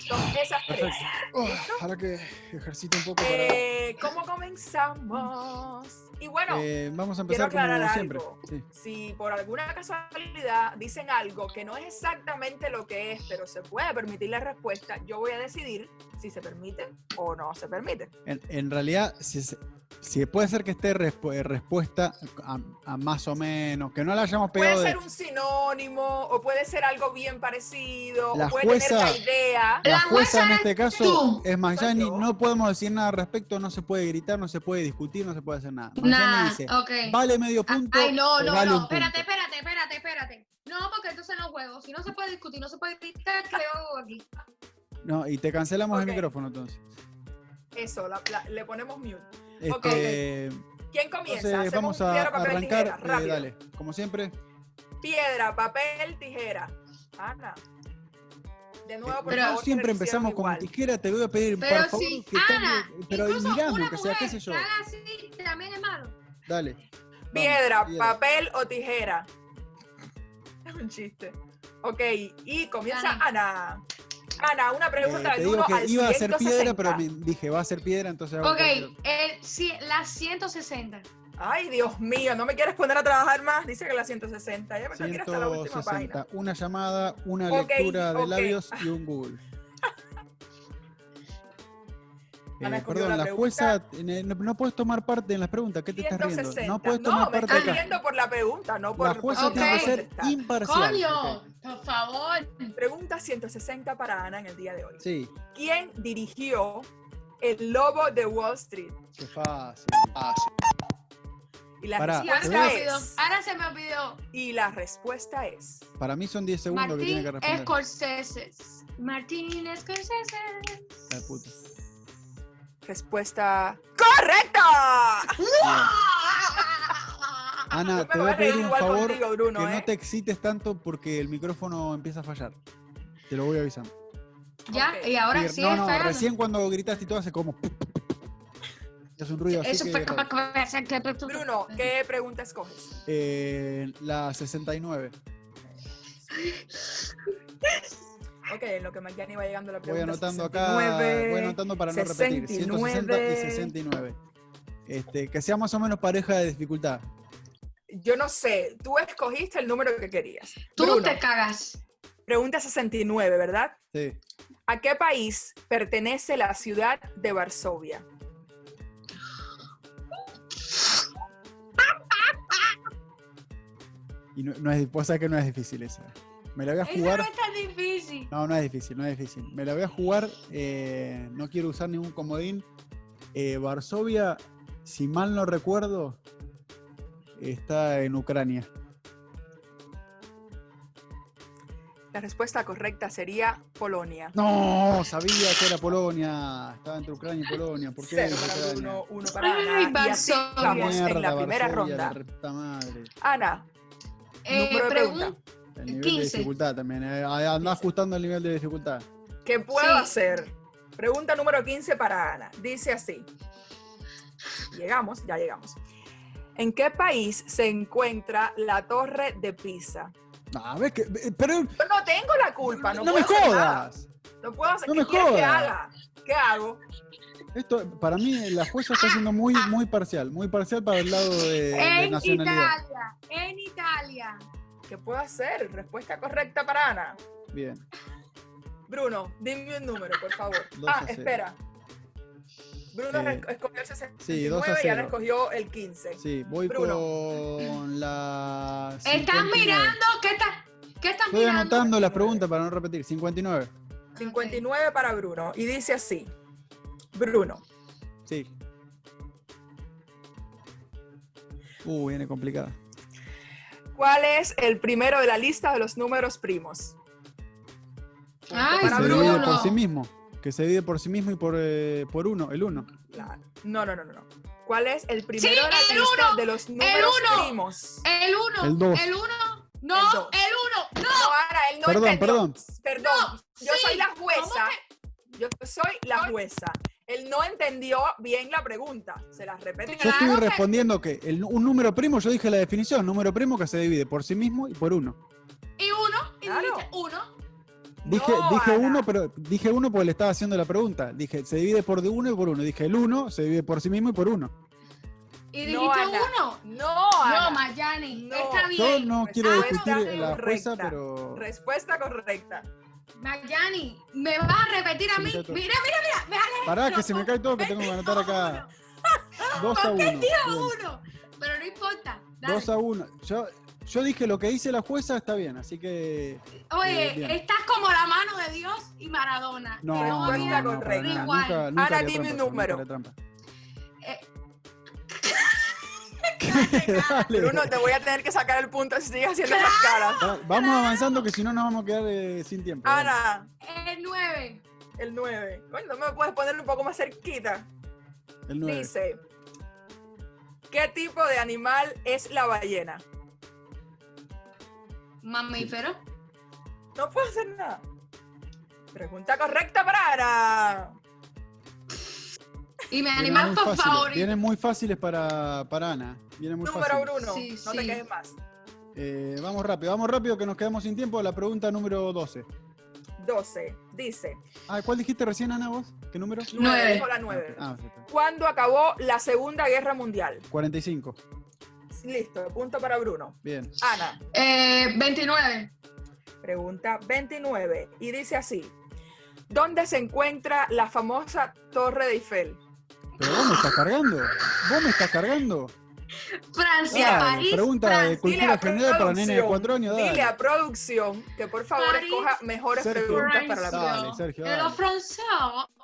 C: Son esas tres.
A: Perfecto. Oh, ojalá que ejercite un poco. Para...
C: Eh, ¿Cómo comenzamos? Y bueno,
A: Eh, vamos a empezar
C: quiero aclarar
A: como siempre.
C: algo.
A: Sí.
C: si por alguna casualidad dicen algo que no es exactamente lo que es, pero se puede permitir la respuesta, yo voy a decidir si se permite o no se permite.
A: En, en realidad, si, se- si puede ser que esté respu- eh, respuesta a, a más o menos, que no la hayamos pegado
C: Puede
A: de.
C: ser un sinónimo o puede ser algo bien parecido
A: La
C: o puede
A: jueza-
C: tener la idea.
A: La
B: La
A: jueza en
B: jueza
A: este caso
B: tú.
A: es Mayani,
C: Soy yo.
A: no podemos decir nada al respecto, no se puede gritar, no se puede discutir, no se puede hacer nada. Mayani
B: Nah,
A: dice,
B: ok.
A: vale medio punto.
B: Ah, Ay, no,
A: o
B: no,
A: vale
B: no.
A: un punto.
B: Espérate, espérate, espérate, espérate. No, porque entonces no juego. Si no se puede discutir, no se puede discutir, ¿qué hago aquí?
A: No, y te cancelamos
C: Ok.
A: el micrófono entonces.
C: Eso, la- la- le ponemos mute.
A: Este,
C: Ok. ¿Quién comienza?
A: Entonces
C: Hacemos
A: vamos a
C: piedra, papel,
A: arrancar.
C: tijera.
A: eh,
C: Rápido.
A: dale, como siempre.
C: Piedra, papel, tijera. Ana. De nuevo, por
A: Pero
C: favor, que
A: siempre
C: lo
A: empezamos
C: hicieron
A: con
C: igual.
A: tijera, te voy a pedir
B: Pero
A: por favor
B: si-
A: que
B: Ana,
A: cambie- pero
B: Incluso
A: mirame,
B: una
A: que sea, qué sé
B: mujer
A: yo.
B: que haga así también es malo.
A: Dale. vamos,
C: Piedra, papel o tijera. Es un chiste. Ok, y comienza
B: Ana.
C: Ana. Ana, una
A: Eh,
C: pregunta
A: te
C: del
A: digo
C: 1
A: que
C: al
A: iba a ser piedra,
C: 160.
A: pero me dije, va a ser piedra, entonces hago
B: Ok, eh,
A: cualquier-
B: el, sí, la 160.
C: Ay, Dios mío, no me quieres poner a trabajar más. Dice que la 160. Ya me tengo que ir hasta la última página.
A: 160. Una llamada, una
C: Ok,
A: lectura de
C: ok.
A: labios y un Google.
C: Ana,
A: Eh,
C: escogió
A: perdón,
C: la
A: la jueza, eh, no, no puedes tomar parte en las preguntas. ¿Qué te estás riendo?
C: 160.
A: No puedes tomar
C: me
A: parte
C: estoy
A: acá.
C: riendo por la pregunta, no por
A: La jueza
B: Ok.
A: tiene que ser
C: contestar.
A: imparcial.
B: ¡Coño!
A: Ok.
B: Por favor.
C: Pregunta 160 para Ana en el día de hoy.
A: Sí,
C: ¿Quién dirigió El Lobo de Wall Street?
A: qué fácil.
C: Y la
A: Pará,
B: Y ahora se
A: ¿verdad?
B: me
C: respuesta
B: olvidó.
C: es.
B: Ahora se me olvidó.
C: Y la respuesta es.
A: Para mí son 10 segundos que tiene
B: Martín
A: que responder.
B: Scorsese. Martín Scorsese.
A: La puta.
C: Respuesta correcta.
A: Bien. Ana,
C: Yo
A: te
C: me
A: voy a
C: reír
A: pedir un
C: igual
A: favor
C: contigo, Bruno,
A: que
C: ¿eh?
A: no te excites tanto porque el micrófono empieza a fallar. Te lo voy avisando.
B: Ya,
C: Ok.
B: y ahora
A: Bien,
B: sí
A: no,
B: es
A: no,
B: fallando.
A: recién cuando gritaste y todo hace como. Es un ruido así.
B: Eso
A: que
B: fue
A: grave.
B: capaz que voy a hacer que tú- tú-
C: Bruno, ¿qué pregunta escoges?
A: Eh, la 69.
C: Ok, en lo que Mariani va llegando la
A: Voy
C: pregunta.
A: anotando acá.
C: 69.
A: Voy anotando para no repetir. 160 y 69.
C: 69.
A: Este, que sea más o menos pareja de dificultad.
C: Yo no sé, tú escogiste el número que querías.
B: Tú
C: Bruno,
B: te cagas.
C: pregunta 69, ¿verdad?
A: Sí.
C: ¿A qué país pertenece la ciudad de Varsovia?
A: Y no, no es, vos sabés que no es difícil esa. Me la voy a
B: Eso no
A: jugar.
B: es tan difícil.
A: No, no es difícil, no es difícil. Me la voy a jugar. eh, no quiero usar ningún comodín. Eh, Varsovia, si mal no recuerdo, está en Ucrania.
C: La respuesta correcta sería Polonia.
A: No, sabía que era Polonia. Estaba entre Ucrania y Polonia. ¿Por qué?
C: Cero
A: era
C: para
A: Ucrania?
C: Bruno, uno para
B: Ay,
C: Ana. Y así
B: Varsovia.
C: vamos en la
A: Mierda,
C: primera
A: Varsovia, la
C: ronda.
A: puta madre.
C: Ana,
B: Eh,
C: número de
B: pregun-
C: pregunta.
A: El nivel de
B: 15.
A: dificultad también. eh. Andá ajustando el nivel de dificultad.
C: ¿Qué puedo
B: Sí.
C: hacer? Pregunta número 15 para Ana. Dice así. Llegamos, ya llegamos. ¿En qué país se encuentra la Torre de Pisa?
A: No, a ver, que, eh, pero
C: Yo no tengo la culpa, Ah, no,
A: no me
C: puedo hacer nada.
A: jodas.
C: No puedo hacer
A: No
C: ¿Qué
A: me
C: quieres que
A: jodas.
C: haga? ¿Qué hago?
A: Esto, para mí, la jueza está siendo muy, muy parcial, muy parcial para el lado de, de
B: En
A: nacionalidad.
B: Italia. En Italia.
C: ¿Qué puedo hacer? Respuesta correcta para Ana.
A: Bien,
C: Bruno, dime un número, por favor.
A: Dos a
C: Ah,
A: cero.
C: espera. Bruno
A: Eh,
C: re- escogió el 69
A: sí, dos a
C: y Ana
A: cero.
C: escogió el 15.
A: sí, voy
C: Bruno.
A: con la.
B: ¿Estás
A: 59.
B: mirando? ¿Qué, está, qué estás
A: Estoy
B: mirando?
A: anotando las preguntas para no repetir. 59.
B: Ok.
C: 59 para Bruno. Y dice así. Bruno,
A: Sí. Uh, viene complicada.
C: ¿cuál es el primero de la lista de los números primos? Punto
B: Ay,
A: Que
C: para
A: se
B: Bruno.
A: divide por sí mismo. Que se divide por sí mismo y por, eh, por uno, el uno.
C: La- No, no, no, no. no. ¿Cuál es el primero
B: Sí,
C: de la
B: el
C: lista
B: uno,
C: de los números
B: uno.
C: primos?
B: El 1.
A: El dos.
B: El 1.
C: El
B: No,
C: dos.
B: el 1.
C: No, Ana, él no
A: Perdón,
C: entendió.
A: perdón.
C: Perdón,
B: No,
C: yo
B: sí,
C: soy la jueza.
B: ¿cómo
C: Yo soy la jueza. Él no entendió bien la pregunta. Se la repetí.
A: Yo estuve
B: Claro que-
A: respondiendo que el- un número primo, yo dije la definición, número primo que se divide por sí mismo y por uno.
B: Y uno, y
C: Claro.
B: dijiste uno.
A: Dije,
C: No,
A: dije
C: Ana.
A: uno, pero dije uno porque le estaba haciendo la pregunta. Dije, se divide por de uno y por uno. Dije, el uno se divide por sí mismo y por uno.
B: Y
C: No,
B: dijiste
C: Ana.
B: uno.
C: No,
B: No,
C: Ana.
B: Mayani,
C: No.
B: está
A: Yo
B: bien.
A: no
C: pues,
A: quiero
B: ah,
A: discutir
C: está
A: la
C: correcta.
A: fuerza, pero.
C: Respuesta correcta.
B: Mayani, me vas a repetir a
A: Sí,
B: mí.
A: está todo.
B: Mira, mira, mira, me vas a leer
A: Pará,
B: esto.
A: que se me cae todo que tengo que anotar acá. 2 a
B: ¿Por
A: 1.
B: qué uno. Pero no importa. dale.
A: 2 a 1. Yo, yo dije lo que dice la jueza está bien, así que.
B: Oye,
A: Eh, bien.
B: estás como la mano de Dios y Maradona.
A: No,
B: Que
A: no, no,
C: respuesta
B: había-
A: no, para
C: correcta.
A: nada.
B: Igual.
A: Nunca, nunca
C: Ahora
A: haría
C: dime un
A: trampa,
C: número.
A: nunca haría trampa.
B: Eh.
A: Dale.
C: Bruno, te voy a tener que sacar el punto si sigues haciendo las caras.
A: Va- Vamos avanzando que si no nos vamos a quedar eh, sin tiempo.
C: Ana,
B: El 9.
C: el 9. Bueno, me puedes poner un poco más cerquita.
A: El 9.
C: Dice, ¿qué tipo de animal es la ballena?
B: Mamífero.
C: No puedo hacer nada. Pregunta correcta para Ana.
B: Y mi animal por favor.
A: Eh, Vienen muy fáciles para, para Ana. Vienen muy
C: Número
A: fáciles.
C: Bruno,
B: Sí,
C: no te
B: sí.
C: quedes más.
A: Eh, vamos rápido, vamos rápido que nos quedamos sin tiempo. La pregunta número 12.
C: 12. Dice,
A: Ah, ¿cuál dijiste recién, Ana, vos? ¿Qué número?
B: Nueve.
C: dijo la 9.
A: Ah, ya está.
C: ¿Cuándo acabó la Segunda Guerra Mundial?
A: 45.
C: Listo, punto para Bruno.
A: Bien.
C: Ana,
B: Eh, 29.
C: pregunta 29. Y dice así, ¿dónde se encuentra la famosa Torre de Eiffel?
A: Pero vos me estás cargando. Vos me estás cargando.
B: Francia,
A: Dale,
B: París.
A: pregunta de
B: Francia.
A: cultura general para nene de 4 años.
C: Dile
A: Dale,
C: a producción que por favor
B: París,
C: escoja mejores
A: Sergio.
C: preguntas para la
A: Francia.
C: próxima.
A: Dale, Sergio,
B: De los
A: dale.
B: franceses.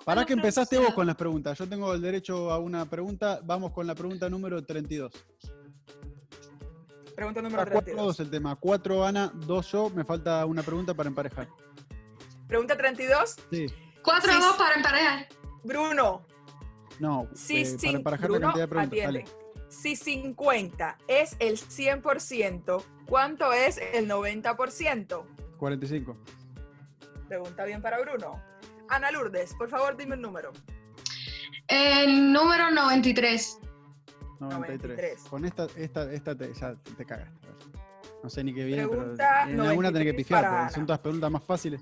A: Para que empezaste vos con las preguntas. Yo tengo el derecho a una pregunta. Vamos con la pregunta número 32.
C: Pregunta número
A: Para
C: 32.
A: 4-2 el tema. 4 Ana, 2 yo. Me falta una pregunta para emparejar.
C: Pregunta 32.
A: Sí.
B: 4
C: Sí,
B: a 2
C: sí.
B: para emparejar.
C: Bruno,
A: No,
C: si,
A: eh,
C: cin-
A: para emparejar
C: Bruno,
A: la cantidad de preguntas.
C: atiende.
A: Dale.
C: si 50 es el 100%, ¿cuánto es el 90%?
A: 45.
C: Pregunta bien para Bruno. Ana Lourdes, por favor dime el número.
B: El número 93.
A: 93.
C: 93.
A: Con esta, esta, esta te, ya te cagaste. No sé ni qué viene,
C: Pregunta
A: pero en alguna tenés que
C: 93
A: pifiar,
C: para
A: porque
C: Ana.
A: son todas preguntas más fáciles.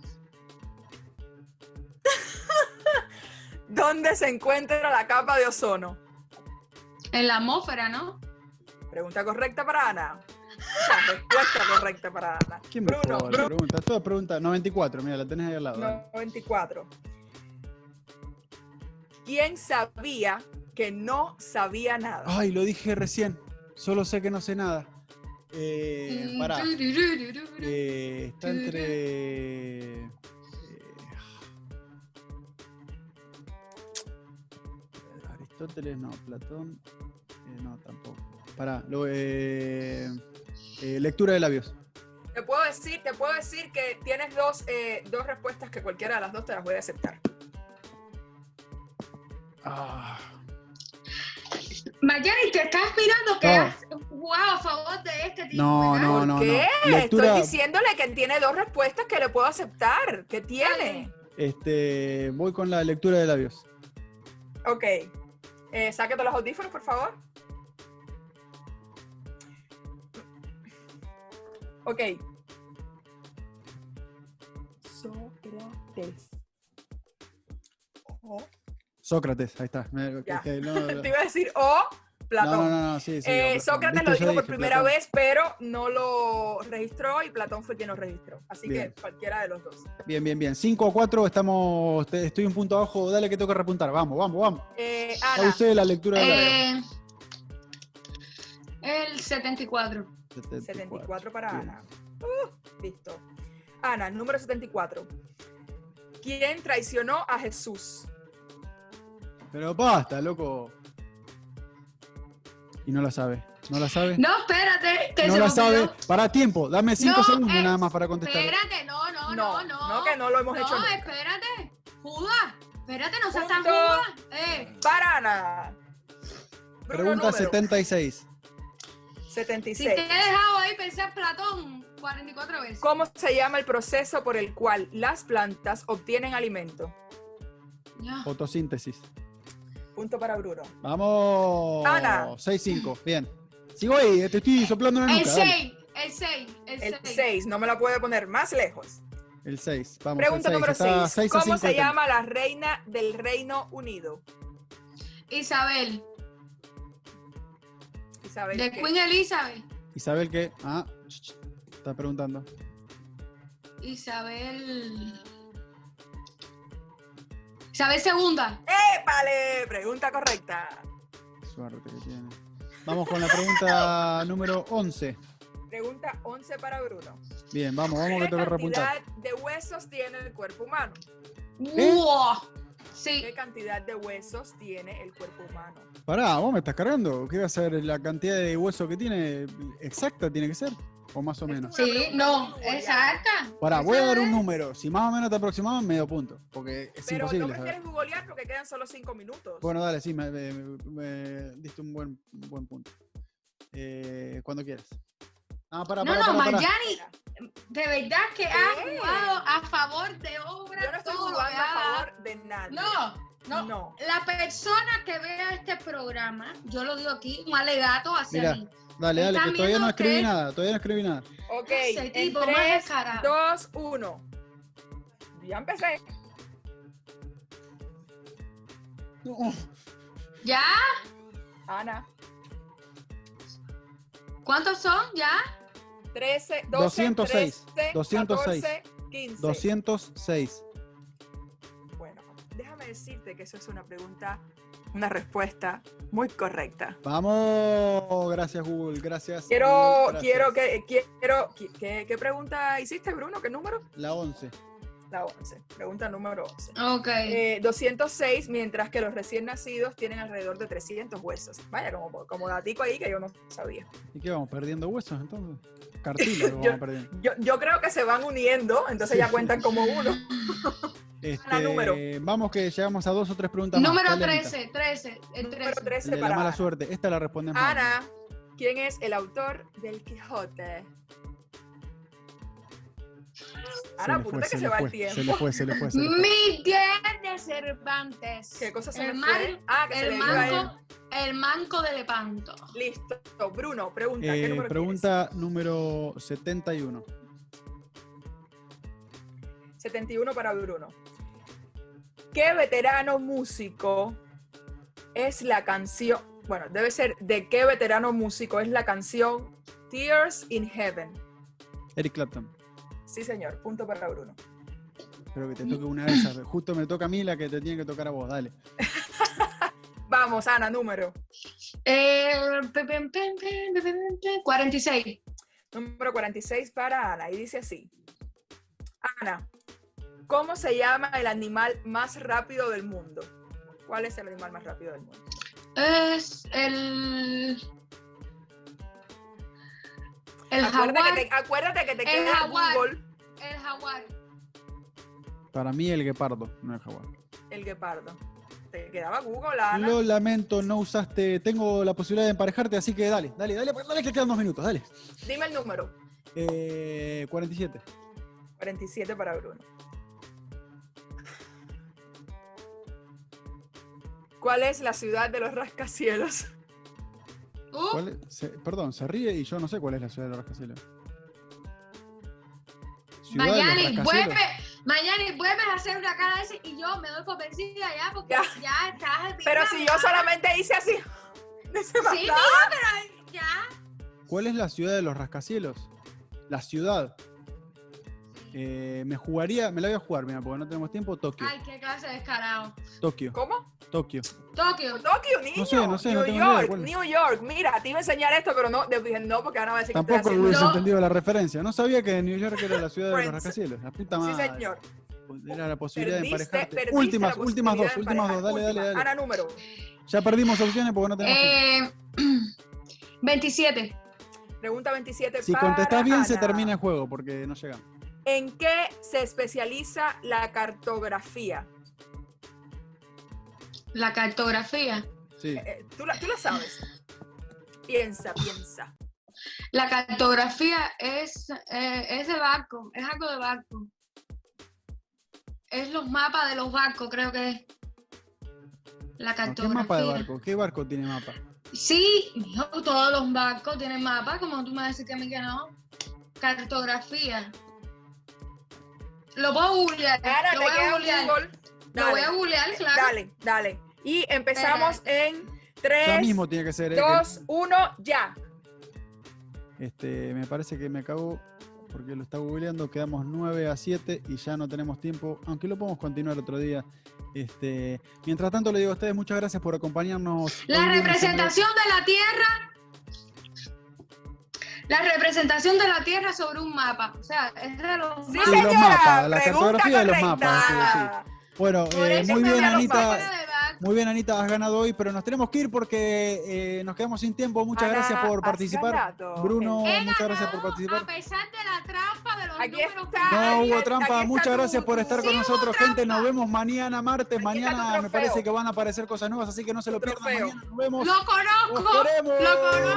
C: ¿Dónde se encuentra la capa de ozono?
B: En la atmósfera, ¿no?
C: Pregunta correcta para Ana. La respuesta correcta para Ana.
A: ¿Quién me
C: Bruno,
A: jode?
C: Bruno,
A: pregunta? Todas preguntas. 94, mira, la tenés ahí al lado. dale.
C: 94. ¿Quién sabía que no sabía nada?
A: Ay, lo dije recién. Solo sé que no sé nada.
B: Mm,
A: Eh, pará. Eh, está entre. eh, Aristóteles no, Platón. eh, no, tampoco. Pará, lo, eh, eh, lectura de labios.
C: Te puedo decir, te puedo decir que tienes dos, eh, dos respuestas que cualquiera de las dos te las voy a aceptar.
A: Ah,
B: Mayani, te estás mirando que
A: No.
B: has jugado a favor de este tipo.
A: no,
B: ¿verdad?
A: no, no, no.
C: ¿Qué?
A: Lectura,
C: Estoy diciéndole que tiene dos respuestas que le puedo aceptar. Que tiene.
A: este, voy con la lectura de labios.
C: Ok. Eh, sáquete los audífonos, por favor. Ok. Sócrates. O-
A: Sócrates, ahí está. Me-
C: Ya.
A: que- no, no,
C: Te iba a decir o
A: no,
C: Platón.
A: no, no, sí, sí,
C: Eh,
A: Platón.
C: Sócrates
A: Viste,
C: lo
A: yo
C: dijo por
A: dije
C: primera
A: Platón.
C: vez, pero no lo registró y Platón fue quien lo registró. Así
A: Bien.
C: que cualquiera de los dos.
A: Bien, bien, bien. 5 a 4, estamos, te- estoy un punto abajo. Dale que tengo que repuntar. Vamos, vamos, vamos.
C: Eh,
A: A
C: Ana,
A: usted la lectura de labios.
B: Eh, el 74.
C: 74 para
A: Bien.
C: Ana. Uh, listo. Ana, número 74. ¿Quién traicionó a Jesús?
A: Pero basta, loco. Y no la sabe. No la sabe.
B: No, espérate, que
A: no
B: se
A: la
B: me
A: sabe.
B: olvidó.
A: Para tiempo. Dame 5
B: No,
A: segundos
B: eh,
A: nada más para contestar.
B: Espérate, no, no, no, no.
C: no, que no lo hemos
B: No,
C: hecho. nunca.
B: espérate. Judas, espérate, no seas tan
C: Punto.
B: Judas. Eh,
C: Para Ana. Bruno,
A: Pregunta
C: número.
A: 76.
B: Si te he
C: 76.
B: dejado ahí pensar Platón 44 veces.
C: ¿Cómo se llama el proceso por el cual las plantas obtienen alimento?
B: Ya.
A: Fotosíntesis.
C: Punto para Bruno.
A: Vamos.
C: Ana.
A: 6-5. Bien. Sigo ahí, eh, te estoy soplando en la
B: El
A: nuca. dale.
B: 6, el 6,
C: El
B: el 6.
C: 6, no me lo puede poner más lejos.
A: El 6. Vamos.
C: Pregunta
A: el seis.
C: número
A: Está
C: 6.
A: a
C: ¿Cómo
A: 5
C: se llama la reina del Reino Unido?
B: Isabel,
C: Isabel.
B: de
C: ¿qué?
B: Queen Elizabeth.
A: Isabel, ¿qué? Ah, ch, ch, está preguntando.
B: Isabel. Isabel segunda.
C: ¡Épale! Pregunta correcta.
A: Suerte que tiene. Vamos con la pregunta número 11.
C: Pregunta 11 para Bruno.
A: Bien, vamos, vamos que
C: ¿Qué
A: tengo que repuntar.
C: cantidad de huesos tiene el cuerpo humano?
B: ¡Wow! Sí.
C: ¿Qué cantidad de huesos tiene el cuerpo humano?
A: Pará, vos me estás cargando. ¿Qué va a ser la cantidad de hueso que tiene? Exacta tiene que ser. O más o menos.
B: Sí, no, exacta.
A: Pará, voy a dar un
B: Esa es.
A: número. Si más o menos te aproximaban, medio punto. Porque es
C: Pero no
A: imposible
C: me
A: saber.
C: quieres googlear porque quedan solo 5 minutos.
A: Bueno, dale, sí, me, me- me- me diste un buen, un buen punto. Eh, cuando quieras. Ah, pará, pará,
B: No, no,
A: pará, pará.
B: Marjani, de verdad que ha
C: ¿Qué?
B: jugado a favor de
C: Yo no
B: obra
C: estoy
B: todo lo
C: jugando
B: que
C: a
B: haga.
C: favor de nadie.
B: No, no.
C: No.
B: La persona que vea este programa, yo lo digo aquí, un alegato hacia
A: Mira,
B: mí.
A: Dale, dale,
B: ¿Están
A: que todavía no
B: viendo
A: escribí
B: ustedes?
A: nada, todavía no escribí nada.
C: Ok,
B: Ese
C: en
B: tipo más
C: 3,
B: descarado.
C: 2, 1. Ya empecé.
A: No,
B: ¿Ya?
C: Ana,
B: ¿Cuántos son? ¿Ya?
C: 13, 12,
A: 206,
C: 13,
A: 206,
C: 14, 15.
A: 206.
C: Bueno, déjame decirte que eso es una pregunta, una respuesta muy correcta.
A: Vamos, gracias Google, gracias.
C: Quiero,
A: Google, gracias.
C: quiero que, quiero, ¿qué, qué, qué pregunta hiciste, Bruno? ¿Qué número?
A: La 11.
C: La 11. Pregunta número 11.
B: Ok.
C: Eh, 206, mientras que los recién nacidos tienen alrededor de 300 huesos. Vaya, como, como datico ahí que yo no sabía.
A: ¿Y qué vamos? ¿Perdiendo huesos entonces? Cartílago vamos
C: Yo-
A: perdiendo.
C: Yo, yo creo que se van uniendo, entonces
A: Sí.
C: ya cuentan como uno.
A: Este,
C: número.
A: Vamos que llegamos a dos o tres preguntas más.
B: Número eh,
A: Dale, Anita.
B: 13, 13, el
C: Número
B: 13.
C: 13
A: El de la
C: para
A: mala
C: Ana.
A: suerte. Esta la respondemos.
C: Ana, ¿quién es el autor del Quijote? Ana,
A: le fue,
C: puta que se
A: le
C: va el
A: fue, Se le
C: tiempo.
A: fue, se le fue. se le fue.
B: Miguel de Cervantes.
C: ¿Qué cosa se
B: el
C: me
B: mar-
C: fue? Ah, que se
B: El
C: le dio a él.
B: manco, el manco de Lepanto.
C: Listo. Bruno, pregunta. ¿qué
A: Eh,
C: número
A: pregunta número 71.
C: quieres? 71 para Bruno. ¿Qué veterano músico es la canción? Bueno, debe ser de qué veterano músico es la canción Tears in Heaven.
A: Eric Clapton.
C: Sí, señor. Punto para Bruno.
A: Espero que te toque una de esas. Justo me toca a mí la que te tiene que tocar a vos. Dale.
C: Vamos, Ana, número.
B: Eh, pe- pe- pe- pe- pe- pe- pe- 46.
C: Número 46 para Ana. Y dice así. Ana, ¿cómo se llama el animal más rápido del mundo? ¿Cuál es el animal más rápido del mundo?
B: Es el. El
C: acuérdate,
B: jaguar.
C: que te, acuérdate que te
B: El
C: queda el
B: jaguar.
C: Google
B: El jaguar.
A: Para mí el guepardo, no el jaguar.
C: el guepardo. Te quedaba Google, Ana.
A: Lo lamento, no usaste. Tengo la posibilidad de emparejarte, así que dale, dale, dale, dale que quedan dos minutos, dale.
C: Dime el número.
A: Eh, 47.
C: 47 para Bruno. ¿Cuál es la ciudad de los rascacielos?
B: Uh,
A: ¿Cuál es? Se- perdón, se ríe y yo no sé cuál es la ciudad de los rascacielos. Ciudad de los
B: Mayani,
A: rascacielos.
B: vuelve. Mayani, vuelves a hacer una cara de ese y yo me doy por vencida ya porque
C: Ya.
B: ya, estás.
C: Pero si yo solamente hice así. no se
B: Sí,
C: mataba.
B: mija, pero ya.
A: ¿Cuál es la ciudad de los rascacielos? La ciudad. Eh, me jugaría, me la voy a jugar, mira, porque no tenemos tiempo. Tokio,
B: Ay, qué clase de descarado.
A: Tokio,
C: ¿Cómo?
A: Tokio.
B: Tokio.
C: Tokio, niño.
A: No sé, no sé, no
C: New
A: tengo idea de
C: York,
A: cuál es.
C: New York. Mira, te iba a enseñar esto, pero no, de- dije, no, porque Ana va a decir
A: Tampoco
C: que
A: hubiese
B: No.
A: entendido la referencia. No sabía que New York era la ciudad de los
C: Friends.
A: rascacielos. La puta
C: haciendo- Sí,
A: madre.
C: señor.
A: Era la posibilidad de
C: Perdiste-
A: emparejarte.
C: perdiste la
A: últimas, últimas dos,
C: posibilidad de
A: últimas dos. Dale,
C: emparejar.
A: dale, dale.
C: Última. Ana, número.
A: Ya perdimos opciones porque no tenemos. tiempo.
B: Eh, 27.
C: Pregunta 27
A: si
C: para
A: contestás bien, se
C: Ana.
A: termina el juego porque no llegamos.
C: ¿En qué se especializa la cartografía?
B: La cartografía.
A: Sí.
C: Eh, tú, la, tú la sabes. Piensa, piensa.
B: La cartografía es, eh, es de barco, es algo de barco. Es los mapas de los barcos, creo que es. La
A: ¿No? ¿Qué
B: cartografía.
A: mapa de barco? ¿Qué barco tiene mapa?
B: Sí, mijo, todos los barcos tienen mapa, como tú me decís que a mí que no. Cartografía. Lo puedo googlear.
C: Ahora
B: lo
C: te
B: voy a
C: queda
B: googlear.
C: Google.
B: Lo voy
C: Dale.
B: a googlear, claro.
C: Dale, dale. Y empezamos en
A: Ya
C: 3,
A: mismo tiene que ser. eh, que-
C: 2, 1, ya.
A: Este, me parece que me cago porque lo está googleando. Quedamos 9 a 7 y ya no tenemos tiempo, aunque lo podemos continuar otro día. Este, mientras tanto, le digo a ustedes muchas gracias por acompañarnos. hoy
B: La
A: lunes en
B: representación de la Tierra. La representación de la Tierra sobre un mapa. O sea, es de los
A: los
C: Sí,
B: mapas.
A: señor.
C: señora.
A: mapas, la
C: pregunta
A: cartografía de los
C: correcta.
A: mapas, vivo. Bueno,
C: Por
A: eh,
C: eso
A: muy
C: me
A: bien,
C: da los
A: Anita.
C: papeles.
B: Fuera de barco.
A: Muy bien, Anita, has ganado hoy, pero nos tenemos que ir porque eh, nos quedamos sin tiempo. Muchas
C: Ana,
A: gracias por
C: has
A: participar.
C: ganado.
A: Bruno,
B: He
A: muchas gracias por
B: ganado A
A: participar.
B: pesar de la trampa de los
C: Aquí
B: números
C: está.
B: que-
A: No
C: Ahí
A: hubo
C: está, aquí
A: trampa.
C: está
A: Muchas
C: tu-
A: gracias por estar
B: Sí
A: con
B: hubo
A: nosotros, gente. Nos
B: trampa.
A: vemos mañana martes.
C: Aquí está tu
A: Mañana me
C: trofeo.
A: parece que van a aparecer cosas nuevas, así que no se lo
C: Tu
A: pierdan.
C: trofeo.
A: Mañana nos vemos.
B: Lo conozco.
A: ¡Los queremos!
B: Lo conozco.